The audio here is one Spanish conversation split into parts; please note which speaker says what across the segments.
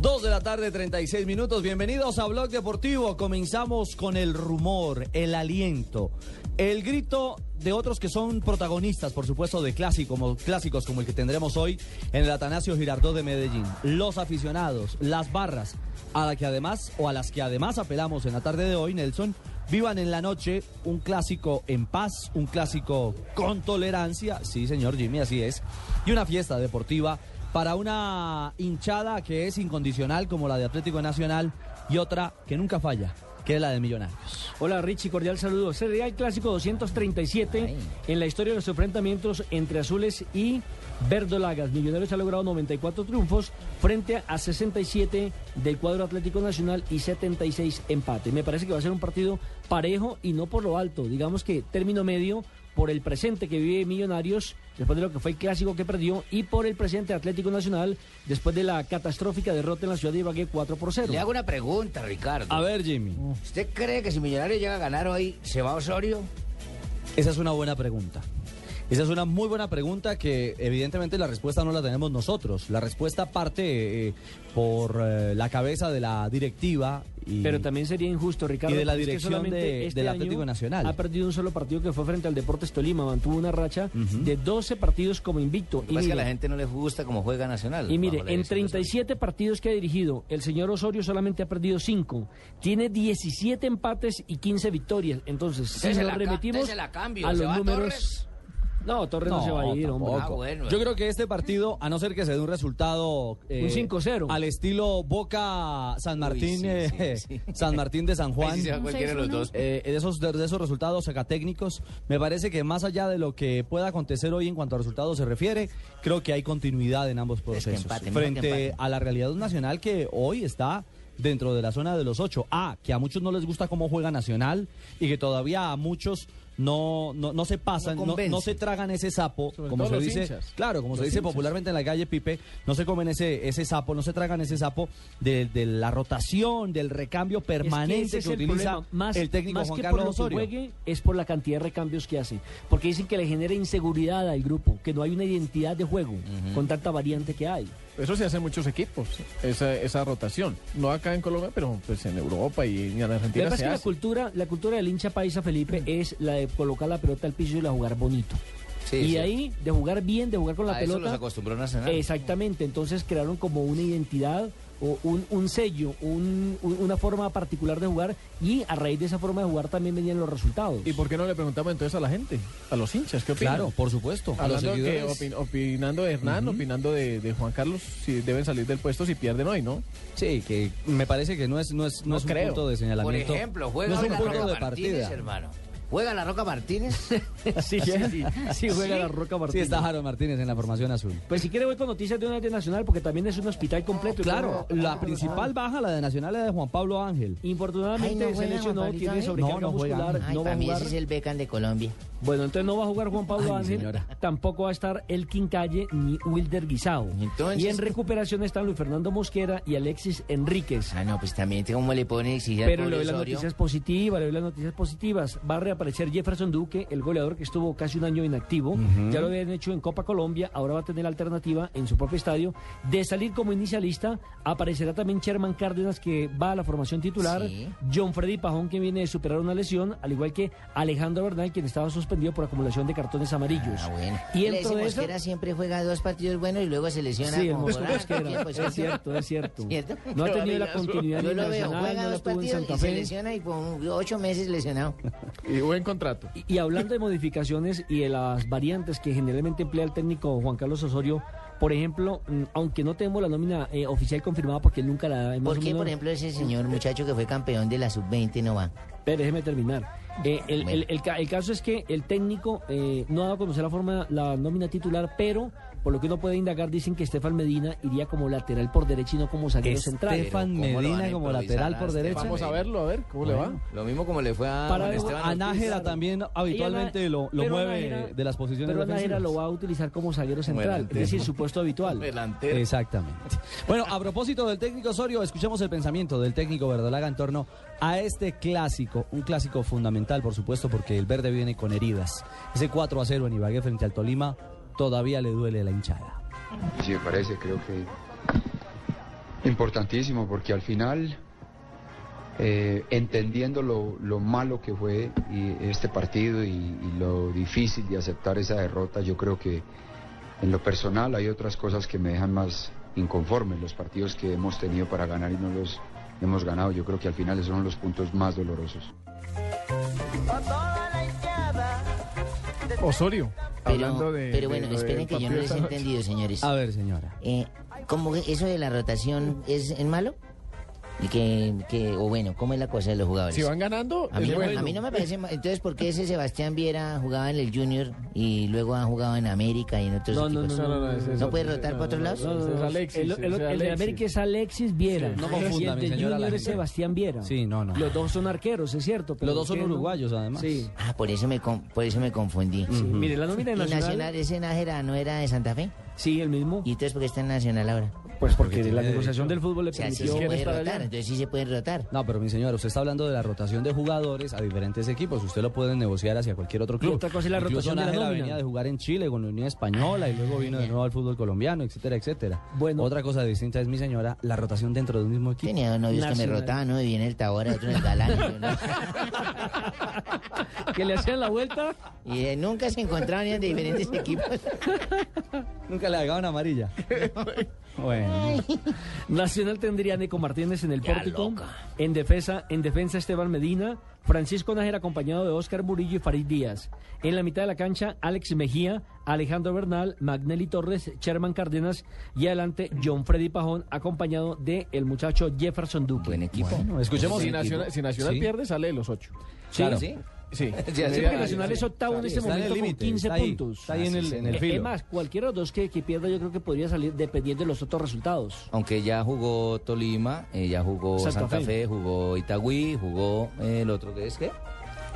Speaker 1: Dos de la tarde, 36 minutos. Bienvenidos a Blog Deportivo. Comenzamos con el rumor, el aliento, el grito de otros que son protagonistas, por supuesto, de clásicos, clásicos como el que tendremos hoy en el Atanasio Girardot de Medellín. Los aficionados, las barras, a la que además o a las que además apelamos en la tarde de hoy, Nelson, vivan en la noche un clásico en paz, un clásico con tolerancia, sí, señor Jimmy, así es, y una fiesta deportiva para una hinchada que es incondicional como la de Atlético Nacional y otra que nunca falla, que es la de Millonarios.
Speaker 2: Hola Richie, cordial saludo. Sería el clásico 237 en la historia de los enfrentamientos entre azules y verdolagas. Millonarios ha logrado 94 triunfos frente a 67 del cuadro Atlético Nacional y 76 empates. Me parece que va a ser un partido parejo y no por lo alto, digamos que término medio por el presente que vive Millonarios después de lo que fue el clásico que perdió y por el presente Atlético Nacional después de la catastrófica derrota en la ciudad de Ibagué 4 por 0.
Speaker 3: Le hago una pregunta, Ricardo.
Speaker 1: A ver, Jimmy,
Speaker 3: ¿Usted cree que si Millonarios llega a ganar hoy, se va Osorio?
Speaker 1: esa es una buena pregunta. Esa es una muy buena pregunta que evidentemente la respuesta no la tenemos nosotros. La respuesta parte eh, por eh, la cabeza de la directiva y
Speaker 2: Pero también sería injusto, Ricardo.
Speaker 1: y de la
Speaker 2: porque es que
Speaker 1: dirección
Speaker 2: solamente este
Speaker 1: de- del
Speaker 2: año
Speaker 1: Atlético Nacional.
Speaker 2: Ha perdido un solo partido que fue frente al Deportes Tolima. Mantuvo una racha de 12 partidos como invicto.
Speaker 3: Lo que pasa es que a la gente no le gusta cómo juega Nacional.
Speaker 2: Y mire,
Speaker 3: bajo la
Speaker 2: en
Speaker 3: dirección de
Speaker 2: 37 partidos que ha dirigido, el señor Osorio solamente ha perdido 5. Tiene 17 empates y 15 victorias. Entonces, si
Speaker 3: Entonces se
Speaker 2: nos
Speaker 3: la ca-
Speaker 2: remitimos
Speaker 3: entonces se la cambio,
Speaker 2: a
Speaker 3: ¿se
Speaker 2: los
Speaker 3: va
Speaker 2: números...
Speaker 3: Torres?
Speaker 2: No, Torres no,
Speaker 1: No,
Speaker 2: se va a ir, hombre.
Speaker 3: Ah,
Speaker 1: tampoco.
Speaker 3: bueno.
Speaker 1: Yo creo que este partido, a no ser que se dé un resultado eh,
Speaker 2: Un 5-0.
Speaker 1: al estilo Boca San Martín,
Speaker 3: sí,
Speaker 1: eh,
Speaker 3: sí,
Speaker 1: San Martín de San
Speaker 3: Ahí
Speaker 1: Juan.
Speaker 3: sí se va cualquiera de los dos.
Speaker 1: Eh, de, esos, de, de esos resultados sacatécnicos, me parece que más allá de lo que pueda acontecer hoy en cuanto a resultados se refiere, creo que hay continuidad en ambos
Speaker 3: que
Speaker 1: procesos.
Speaker 3: empate, mira que
Speaker 1: frente
Speaker 3: empate.
Speaker 1: a la realidad nacional que hoy está dentro de la zona de los ocho. Ah, que a muchos no les gusta cómo juega Nacional y que todavía a muchos no, no, no se pasan, no,
Speaker 3: convence.
Speaker 1: no se tragan ese sapo, como
Speaker 4: todo
Speaker 1: se
Speaker 4: los
Speaker 1: dice.
Speaker 4: hinchas.
Speaker 1: Claro, como se dice popularmente en la calle Pipe, no se comen ese, ese sapo, no se tragan ese sapo de, de la rotación, del recambio
Speaker 2: Es que
Speaker 1: permanente
Speaker 2: ese
Speaker 1: que,
Speaker 2: es
Speaker 1: utiliza
Speaker 2: problema. más,
Speaker 1: el técnico
Speaker 2: más
Speaker 1: Juan
Speaker 2: que
Speaker 1: Carlos
Speaker 2: por lo que
Speaker 1: Osorio.
Speaker 2: juegue, es por la cantidad de recambios que hace. Porque dicen que le genera inseguridad al grupo, que no hay una identidad de juego con tanta variante que hay.
Speaker 4: Eso se hace en muchos equipos, esa, esa rotación. No acá en Colombia, pero pues en Europa y en
Speaker 2: Lo que
Speaker 4: Argentina
Speaker 2: pasa es
Speaker 4: se
Speaker 2: que la
Speaker 4: hace.
Speaker 2: cultura, la cultura del hincha paisa Felipe es la de colocar la pelota al piso y la jugar bonito.
Speaker 3: Sí,
Speaker 2: y
Speaker 3: sí.
Speaker 2: de ahí, de jugar bien, de jugar con la
Speaker 3: A eso
Speaker 2: pelota.
Speaker 3: los acostumbró Nacional.
Speaker 2: Exactamente, entonces crearon como una identidad o un, un sello, un- un- una forma particular de jugar y a raíz de esa forma de jugar también venían los resultados.
Speaker 4: ¿Y por qué no le preguntamos entonces a la gente, a los hinchas, qué opinan?
Speaker 1: Claro, por supuesto. a los
Speaker 4: Hablando que
Speaker 1: seguidores.
Speaker 4: opin- opinando de Hernán, opinando de, de Juan Carlos, si deben salir del puesto si pierden hoy, ¿no?
Speaker 1: Sí, que me parece que no es, no es, no
Speaker 4: No
Speaker 1: es un
Speaker 4: creo.
Speaker 1: punto de
Speaker 3: Por
Speaker 1: señalamiento.
Speaker 3: ejemplo, juega
Speaker 1: no es
Speaker 3: hoy
Speaker 1: un
Speaker 3: la
Speaker 1: punto de
Speaker 3: Roca Martínez,
Speaker 1: partida.
Speaker 3: hermano. ¿Juega la Roca Martínez?
Speaker 2: sí, sí, sí, sí, juega la Roca
Speaker 1: Sí,
Speaker 2: Martínez.
Speaker 1: está Jaro Martínez en la formación azul.
Speaker 2: Pues si quiere voy con noticias de una de Nacional porque también es un hospital completo. y
Speaker 1: Claro,
Speaker 2: todo.
Speaker 1: la principal baja, la de Nacional, es de Juan Pablo Ángel.
Speaker 2: Infortunadamente
Speaker 5: Ay, no
Speaker 2: se
Speaker 5: juega,
Speaker 2: lesionó,
Speaker 5: Juan Pablito,
Speaker 2: tiene
Speaker 5: ¿eh?
Speaker 1: No,
Speaker 2: sobrecarga
Speaker 1: no juega.
Speaker 2: muscular,
Speaker 5: Ay,
Speaker 2: no va a
Speaker 5: para mí
Speaker 2: jugar.
Speaker 5: ese es el Beckham de Colombia.
Speaker 2: Bueno, entonces no va a jugar Juan Pablo
Speaker 1: Ay,
Speaker 2: Ángel,
Speaker 1: señora.
Speaker 2: tampoco va a estar el Quincalle ni Wilder Guisao.
Speaker 3: Entonces-
Speaker 2: Y en recuperación están Luis Fernando Mosquera y Alexis Enríquez.
Speaker 3: Ah, no, pues también cómo le pone exigencia
Speaker 2: Pero le doy las noticias positivas, le doy las noticias positivas. Va a reaparecer Jefferson Duque, el goleador que estuvo casi un año inactivo. Ya lo habían hecho en Copa Colombia, ahora va a tener la alternativa en su propio estadio. De salir como inicialista, aparecerá también Sherman Cárdenas, que va a la formación titular.
Speaker 3: Sí.
Speaker 2: John Freddy Pajón, que viene de superar una lesión, al igual que Alejandro Bernal, quien estaba suspendido. suspendido por acumulación de cartones amarillos.
Speaker 3: Ah, bueno.
Speaker 2: Y
Speaker 3: Le
Speaker 2: dentro de
Speaker 3: decimos
Speaker 2: eso...
Speaker 3: que era siempre juega dos partidos buenos y luego se lesiona
Speaker 2: Sí, el
Speaker 3: como
Speaker 2: Mosco
Speaker 3: por alto
Speaker 2: Mosquera.
Speaker 3: tiempo,
Speaker 2: Es
Speaker 3: ¿cierto?
Speaker 2: cierto, es cierto.
Speaker 3: pues ¿Cierto?
Speaker 2: No ha tenido la continuidad
Speaker 3: Yo
Speaker 2: ni
Speaker 3: lo veo,
Speaker 2: nacional,
Speaker 3: juega
Speaker 2: no la
Speaker 3: dos
Speaker 2: tuvo en
Speaker 3: partidos
Speaker 2: Santa
Speaker 3: y se
Speaker 2: Fe.
Speaker 3: lesiona y con ocho meses lesionado.
Speaker 4: Y buen contrato.
Speaker 2: Y, y hablando de modificaciones y de las variantes que generalmente emplea el técnico Juan Carlos Osorio, por ejemplo, mm, aunque no tenemos la nómina eh, oficial confirmada porque nunca la hemos
Speaker 3: ¿Por qué, por ejemplo, ese señor muchacho que fue campeón de la sub-20 no va?
Speaker 2: Pero déjeme terminar. Eh, el,
Speaker 3: Bueno.
Speaker 2: el- el ca- el caso es que el técnico eh, no ha dado a conocer la forma, la nómina titular, pero por lo que uno puede indagar, dicen que Estefan Medina iría como lateral por derecha y no como zaguero central.
Speaker 1: Estefan
Speaker 5: Pero, ¿cómo lo van a
Speaker 1: Medina como
Speaker 5: improvisar
Speaker 1: lateral
Speaker 5: a
Speaker 1: por
Speaker 5: Estefan?
Speaker 1: derecha.
Speaker 4: Vamos a verlo, a ver cómo le va.
Speaker 5: Lo mismo como le fue a
Speaker 2: Para-
Speaker 5: Juan Esteban
Speaker 1: A Nájera
Speaker 2: Pizarro.
Speaker 1: también habitualmente lo, lo
Speaker 2: Pero
Speaker 1: mueve
Speaker 2: Nájera-
Speaker 1: de las posiciones
Speaker 2: Pero Nájera
Speaker 1: defensivas.
Speaker 2: lo va a utilizar como zaguero central, es
Speaker 5: delantero.
Speaker 2: decir, su puesto habitual.
Speaker 5: delantero.
Speaker 1: Exactamente. Bueno, a propósito del técnico Osorio, escuchemos el pensamiento del técnico verdolaga en torno a este clásico, un clásico fundamental, por supuesto, porque el verde viene con heridas. Ese 4 a 0 en Ibagué frente al Tolima todavía le duele la hinchada.
Speaker 6: Sí, me parece, creo que importantísimo, porque al final, eh, entendiendo lo, lo malo que fue y este partido y, y lo difícil de aceptar esa derrota, yo creo que en lo personal hay otras cosas que me dejan más inconforme, los partidos que hemos tenido para ganar y no los hemos ganado, yo creo que al final esos son los puntos más dolorosos.
Speaker 4: Osorio, hablando
Speaker 3: Pero,
Speaker 4: de.
Speaker 3: pero bueno,
Speaker 4: de lo
Speaker 3: esperen
Speaker 4: del
Speaker 3: que yo
Speaker 4: partido
Speaker 3: no les
Speaker 4: de
Speaker 3: he
Speaker 4: esta noche.
Speaker 3: entendido, señores.
Speaker 1: A ver, señora.
Speaker 3: Eh, ¿Cómo que eso de la rotación es en malo? Y que, que- o bueno, ¿cómo es la cosa de los jugadores?
Speaker 4: Si van ganando,
Speaker 3: A mí,
Speaker 4: es
Speaker 3: no,
Speaker 4: bueno.
Speaker 3: a mí no me parece mal. Entonces, ¿por qué ese Sebastián Viera jugaba en el Junior y luego ha jugado en América y en otros
Speaker 2: No, no,
Speaker 3: equipos?
Speaker 2: no, no, no,
Speaker 4: ese es
Speaker 3: ¿No
Speaker 4: otro,
Speaker 3: puede
Speaker 4: ese-
Speaker 3: rotar para otros lados?
Speaker 4: no, no, no,
Speaker 2: Ese es
Speaker 4: Alexis,
Speaker 2: el, el-
Speaker 4: ese es
Speaker 2: el de
Speaker 4: Alexis.
Speaker 2: América es Alexis Viera.
Speaker 1: No
Speaker 2: y
Speaker 1: confunda,
Speaker 2: el
Speaker 1: mi señora,
Speaker 2: del
Speaker 1: la
Speaker 2: Junior es
Speaker 1: gente.
Speaker 2: Sebastián Viera.
Speaker 1: Sí, no, no.
Speaker 2: Los dos son arqueros, es cierto. pero
Speaker 1: Los dos son
Speaker 2: ¿qué no?
Speaker 1: uruguayos, además. Mm.
Speaker 2: Sí.
Speaker 3: Ah, por eso me, con- por eso me confundí.
Speaker 2: Sí, Mire, la nómina
Speaker 3: ¿Y
Speaker 2: de
Speaker 3: Nacional,
Speaker 2: Nacional,
Speaker 3: ese Nájera no era de Santa Fe?
Speaker 2: Sí, el mismo.
Speaker 3: ¿Y entonces por qué está en Nacional ahora?
Speaker 2: Pues porque la negociación del fútbol le
Speaker 3: O sea, sí
Speaker 2: permitió.
Speaker 3: se puede
Speaker 4: estar
Speaker 3: rotar,
Speaker 4: allá.
Speaker 3: entonces sí se puede rotar.
Speaker 1: No, pero mi señora, usted está hablando de la rotación de jugadores a diferentes equipos. Usted lo puede negociar hacia cualquier otro club.
Speaker 2: otra cosa es la
Speaker 1: Incluso
Speaker 2: rotación de la
Speaker 1: Nájera
Speaker 2: nómina.
Speaker 1: venía de jugar en Chile con la Unión Española y luego vino de nuevo al fútbol colombiano, etcétera, etcétera.
Speaker 2: Bueno.
Speaker 1: Otra cosa distinta es mi señora, la rotación dentro de un mismo equipo.
Speaker 3: Tenía dos novios que me
Speaker 2: Nacional.
Speaker 3: rotaban, uno vivía en el Tabora, otro en el Galán. y yo no.
Speaker 2: que le hacían la vuelta.
Speaker 3: Y eh, nunca se encontraban en diferentes equipos.
Speaker 1: Nunca le hagan amarilla. bueno.
Speaker 2: Nacional tendría a Nico Martínez en el
Speaker 3: Ya
Speaker 2: pórtico.
Speaker 3: loca.
Speaker 2: En defensa, en defensa Esteban Medina, Francisco Nájera acompañado de Óscar Murillo y Farid Díaz. En la mitad de la cancha, Alex Mejía, Alejandro Bernal, Magnelli Torres, Sherman Cárdenas y adelante John Freddy Pajón acompañado de el muchacho Jefferson Duque.
Speaker 5: Buen equipo.
Speaker 1: Bueno, escuchemos.
Speaker 4: Si Nacional, si Nacional
Speaker 1: Sí.
Speaker 4: pierde, sale de los ocho.
Speaker 2: Sí,
Speaker 1: Claro.
Speaker 2: sí,
Speaker 4: Sí.
Speaker 5: Sí, así
Speaker 2: porque
Speaker 5: que
Speaker 2: Nacional es octavo en este
Speaker 1: Está en el
Speaker 2: momento con
Speaker 1: límite,
Speaker 2: 15
Speaker 1: está ahí,
Speaker 2: puntos.
Speaker 1: Está ahí en el, en el
Speaker 2: Eh,
Speaker 1: filo.
Speaker 2: Es más, cualquiera de los dos que, que pierda yo creo que podría salir dependiendo de los otros resultados.
Speaker 5: Aunque ya jugó Tolima, eh, ya jugó
Speaker 2: Santa
Speaker 5: Santa,
Speaker 2: Fe.
Speaker 5: Fe. jugó Itagüí, jugó eh, el otro que es que.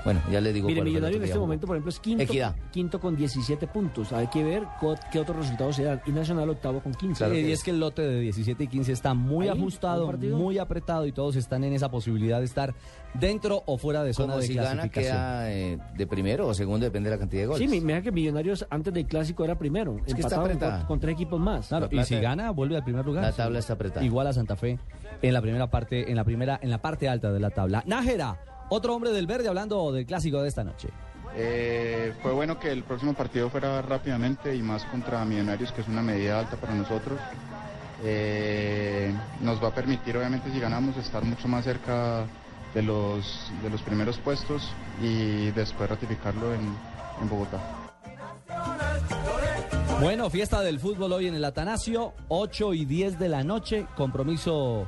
Speaker 5: Bueno, ya le digo
Speaker 2: Mire,
Speaker 5: cuál fue el
Speaker 2: Millonario
Speaker 5: otro
Speaker 2: en
Speaker 5: que
Speaker 2: este
Speaker 5: ya jugó.
Speaker 2: momento, por ejemplo, es quinto,
Speaker 5: Equidad.
Speaker 2: quinto con 17 puntos. Hay que ver co- qué otros resultados se dan. Y Nacional octavo con Eh, 15.
Speaker 1: Sí, y es que el lote de 17 y 15 está muy
Speaker 2: Ahí,
Speaker 1: ajustado,
Speaker 2: buen partido.
Speaker 1: muy apretado y todos están en esa posibilidad de estar dentro o fuera de zona
Speaker 5: Como
Speaker 1: de
Speaker 5: si gana,
Speaker 1: clasificación.
Speaker 5: queda eh, de primero o segundo, depende de la cantidad de
Speaker 2: Sí,
Speaker 5: goles.
Speaker 2: mi- mira que Millonarios antes del clásico era primero.
Speaker 5: Es que está
Speaker 2: empatado con- con,
Speaker 5: apretada.
Speaker 2: tres equipos más.
Speaker 1: Claro, y
Speaker 5: La plata-
Speaker 1: si gana vuelve al primer lugar.
Speaker 5: La tabla está apretada.
Speaker 1: Igual a Santa Fe en la primera parte, en la primera, en la parte alta de la tabla. Nájera, otro hombre del verde hablando del clásico de esta noche.
Speaker 7: Eh, fue bueno que el próximo partido fuera rápidamente y más contra Millonarios, que es una medida alta para nosotros. Eh, nos va a permitir, obviamente, si ganamos, estar mucho más cerca de los, de los primeros puestos y después ratificarlo en, en Bogotá.
Speaker 1: Bueno, fiesta del fútbol hoy en el Atanasio, 8 y 10 de la noche, compromiso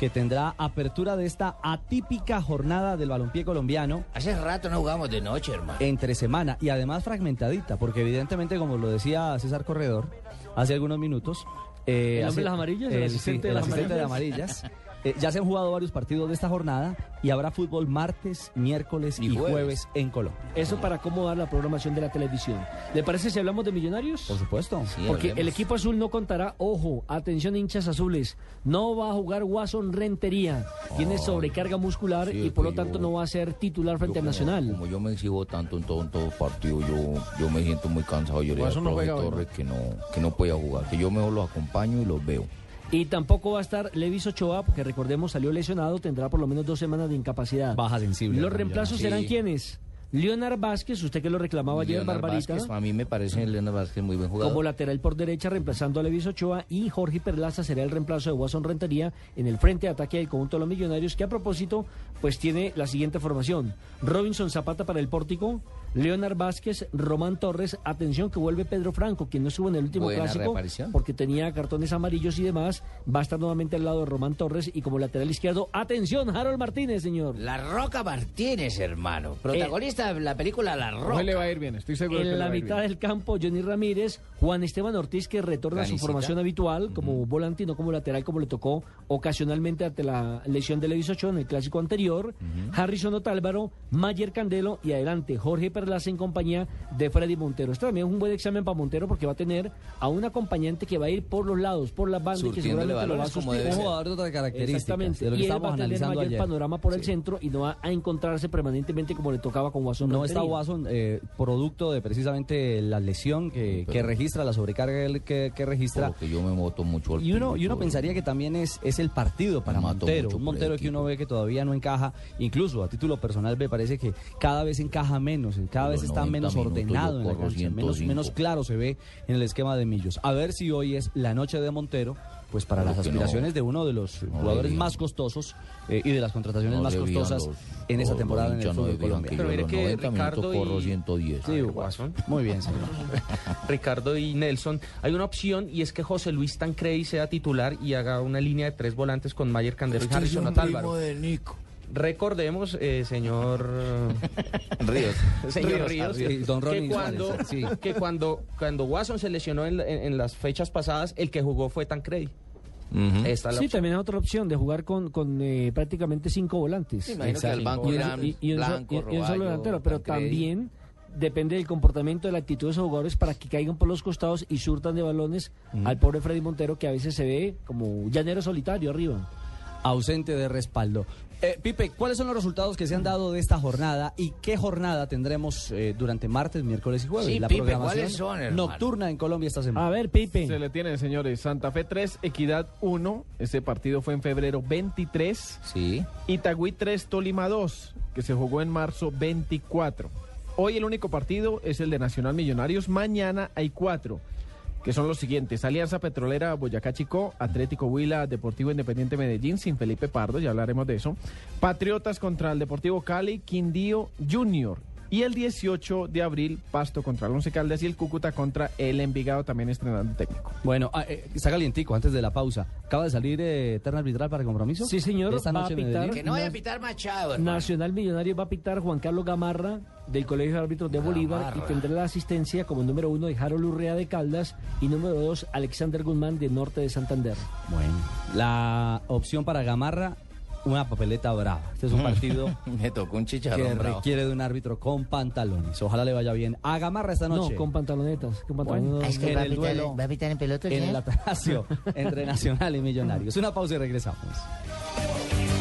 Speaker 1: que tendrá apertura de esta atípica jornada del balompié colombiano
Speaker 3: Hace rato no jugamos de noche, hermano.
Speaker 1: entre semana y además fragmentadita, porque evidentemente, como lo decía César Corredor hace algunos minutos, eh,
Speaker 2: ¿El hombre
Speaker 1: hace-
Speaker 2: de las amarillas? ¿El asistente de
Speaker 1: el
Speaker 2: las
Speaker 1: asistente de las amarillas. eh, ya se han jugado varios partidos de esta jornada y habrá fútbol martes, miércoles y,
Speaker 5: Y
Speaker 1: jueves.
Speaker 5: jueves.
Speaker 1: en Colombia.
Speaker 2: Eso para acomodar la programación de la televisión. ¿Le parece si hablamos de Millonarios?
Speaker 1: Por supuesto.
Speaker 5: Sí,
Speaker 2: Porque el
Speaker 5: hablemos.
Speaker 2: equipo azul no contará, ojo, atención hinchas azules, no va a jugar Watson Rentería, tiene sobrecarga muscular
Speaker 5: Oh, sí,
Speaker 2: y por lo
Speaker 5: yo-
Speaker 2: tanto no va a ser titular frente
Speaker 5: Yo
Speaker 2: al
Speaker 5: como-
Speaker 2: Nacional.
Speaker 5: Como yo me exhibo tanto en todo, en todo partido, yo, yo me siento muy cansado. Yo le digo
Speaker 4: Guaso
Speaker 5: al
Speaker 4: no
Speaker 5: profe
Speaker 4: juega hoy, ¿no?
Speaker 5: Torres que no, que no pueda jugar, que yo mejor los acompaño y los veo.
Speaker 2: Y tampoco va a estar Levis Ochoa, porque recordemos salió lesionado, tendrá por lo menos dos semanas de incapacidad.
Speaker 1: Baja sensible.
Speaker 2: Los reemplazos serán
Speaker 5: Sí.
Speaker 2: quienes? Leonard Vázquez, usted que lo reclamaba ayer,
Speaker 5: Leonard
Speaker 2: Ah, Barbarita.
Speaker 5: Vázquez, a mí me parece Leonard Vázquez muy buen jugador.
Speaker 2: Como lateral por derecha, reemplazando a Levis Ochoa y Jorge Perlaza será el reemplazo de Watson Rentería en el frente de ataque del conjunto de los millonarios, que a propósito, pues tiene la siguiente formación. Robinson Zapata para el pórtico, Leonard Vázquez, Román Torres, atención que vuelve Pedro Franco, quien no estuvo en el último
Speaker 5: Buena
Speaker 2: clásico
Speaker 5: reaparición.
Speaker 2: porque tenía cartones amarillos y demás, va a estar nuevamente al lado de Román Torres y como lateral izquierdo, atención, Harold Martínez, señor.
Speaker 3: La Roca Martínez, hermano. Protagonista de la película La
Speaker 4: No le
Speaker 3: Roca.
Speaker 4: va a ir bien, estoy seguro que
Speaker 2: En
Speaker 4: le
Speaker 2: la
Speaker 4: va a ir
Speaker 2: mitad
Speaker 4: bien.
Speaker 2: del campo, Johnny Ramírez, Juan Esteban Ortiz, que retorna a su
Speaker 5: Canicita.
Speaker 2: formación habitual como volante y no como lateral, como le tocó ocasionalmente ante la lesión de Levis Ochoa en el clásico anterior. Harrison Otálvaro, Mayer Candelo y adelante Jorge Perlaza en compañía de Freddy Montero. Esto también es un buen examen para Montero porque va a tener a un acompañante que va a ir por los lados, por las bandas y que
Speaker 5: Surtiéndole
Speaker 2: seguramente lo va a
Speaker 5: balones como
Speaker 2: sustituir.
Speaker 5: debe
Speaker 1: Un
Speaker 5: ser.
Speaker 1: jugador de otra característica.
Speaker 2: Exactamente.
Speaker 1: De lo que
Speaker 2: y él va
Speaker 1: estábamos
Speaker 2: a tener
Speaker 1: analizando
Speaker 2: mayor
Speaker 1: ayer.
Speaker 2: panorama por el centro y no va a encontrarse permanentemente como le tocaba con Guasón.
Speaker 1: No está
Speaker 2: Rentería.
Speaker 1: Watson, eh, producto de precisamente la lesión que, que registra, la sobrecarga que, que registra.
Speaker 5: Porque yo me moto mucho. al
Speaker 1: Y uno,
Speaker 5: público,
Speaker 1: y uno pensaría que también es, es el partido para
Speaker 5: Mató
Speaker 1: Montero.
Speaker 5: mucho
Speaker 1: Un
Speaker 5: por el
Speaker 1: Montero que
Speaker 5: equipo.
Speaker 1: uno ve que todavía no encaja. Incluso a título personal me parece que cada vez encaja menos, cada vez
Speaker 5: Los
Speaker 1: está
Speaker 5: 90
Speaker 1: menos
Speaker 5: minutos
Speaker 1: ordenado
Speaker 5: yo
Speaker 1: en la
Speaker 5: corro
Speaker 1: cancha, menos,
Speaker 5: 105.
Speaker 1: menos claro se ve en el esquema de Millos. A ver si hoy es la noche de Montero. Pues para
Speaker 5: Pero
Speaker 1: las
Speaker 5: que no-
Speaker 1: aspiraciones de uno de los
Speaker 5: no
Speaker 1: jugadores
Speaker 5: debían.
Speaker 1: más costosos eh, y de las contrataciones
Speaker 5: no
Speaker 1: más
Speaker 5: debían
Speaker 1: costosas
Speaker 5: los- oh,
Speaker 1: en esa
Speaker 5: los
Speaker 1: temporada en el
Speaker 5: hinchas no
Speaker 1: fútbol
Speaker 5: debían
Speaker 1: colombiano.
Speaker 5: que
Speaker 8: Pero
Speaker 5: yo
Speaker 8: mire
Speaker 5: los
Speaker 8: que
Speaker 5: 90 minutos
Speaker 8: Ricardo y-
Speaker 5: corro 110.
Speaker 1: Sí,
Speaker 8: ver, Guasón.
Speaker 1: Muy bien, señor.
Speaker 8: Ricardo y Nelson, hay una opción y es que José Luis Tancredi sea titular y haga una línea de tres volantes con Mayer Candelo y Harrison Otálvaro.
Speaker 5: de Nico.
Speaker 8: Recordemos, eh, señor
Speaker 5: Ríos.
Speaker 8: señor Ríos,
Speaker 1: Ríos. Sí, don
Speaker 8: que
Speaker 1: Ronnie
Speaker 8: cuando,
Speaker 1: Suárez, sí.
Speaker 8: que cuando, cuando Watson se lesionó en, la- en- en las fechas pasadas, el que jugó fue Tancredi. Esta es la
Speaker 2: Sí,
Speaker 8: opción.
Speaker 2: también es otra opción de jugar con, con eh, prácticamente cinco volantes.
Speaker 5: Me imagino que al
Speaker 2: Exacto.
Speaker 5: banco
Speaker 2: Y un-
Speaker 5: irán
Speaker 2: y- y un so-
Speaker 5: Blanco,
Speaker 2: y- y un solo
Speaker 5: Roballo,
Speaker 2: delantero, pero
Speaker 5: Tancredi.
Speaker 2: también depende del comportamiento, de la actitud de esos jugadores para que caigan por los costados y surtan de balones al pobre Freddy Montero que a veces se ve como llanero solitario arriba.
Speaker 1: ausente de respaldo. Eh, Pipe, ¿cuáles son los resultados que se han dado de esta jornada y qué jornada tendremos eh, durante martes, miércoles y jueves?
Speaker 3: Sí, Pipe, ¿cuáles son, hermano?
Speaker 1: nocturna en Colombia esta
Speaker 2: A
Speaker 1: semana.
Speaker 2: ver, Pipe.
Speaker 4: Se le tiene, señores. Santa Fe 3, Equidad 1. Ese partido fue en febrero 23.
Speaker 5: Sí.
Speaker 4: Itagüí 3, Tolima 2, que se jugó en marzo 24. Hoy el único partido es el de Nacional Millonarios. Mañana hay cuatro, que son los siguientes. Alianza Petrolera Boyacá Chico, Atlético Huila, Deportivo Independiente Medellín, sin Felipe Pardo, ya hablaremos de eso. Patriotas contra el Deportivo Cali, Quindío Junior. Y el 18 de abril, Pasto contra el Once Caldas y el Cúcuta contra el Envigado, también estrenando técnico.
Speaker 1: Bueno, ah, eh, está calientico antes de la pausa. ¿Acaba de salir eh, terna arbitral para compromiso?
Speaker 2: Sí, señor,
Speaker 1: Esta
Speaker 2: va
Speaker 1: noche
Speaker 2: a
Speaker 1: en
Speaker 2: pitar.
Speaker 3: Que
Speaker 1: Medellín.
Speaker 3: no vaya a pitar Machado, hermano.
Speaker 2: Nacional Millonario va a pitar Juan Carlos Gamarra del Colegio de Árbitros de Bolívar y
Speaker 3: Gamarra.
Speaker 2: tendrá la asistencia como número uno de Harold Urrea de Caldas y número dos Alexander Guzmán de Norte de Santander.
Speaker 1: Bueno, la opción para Gamarra, una papeleta brava. Este es
Speaker 3: Mm.
Speaker 1: un partido
Speaker 5: Me tocó un
Speaker 1: que
Speaker 5: chicharrón, bravo.
Speaker 1: requiere de un árbitro con pantalones. Ojalá le vaya bien a Gamarra esta noche.
Speaker 2: No, con pantalonetas. Con pantalonetas.
Speaker 3: Ah, es que
Speaker 1: en
Speaker 3: va a,
Speaker 1: el
Speaker 3: pitar,
Speaker 1: duelo-
Speaker 3: va a pitar en pelota.
Speaker 1: en
Speaker 3: ¿sí?
Speaker 1: el Atanasio entre Nacional y Millonarios. Una pausa y regresamos.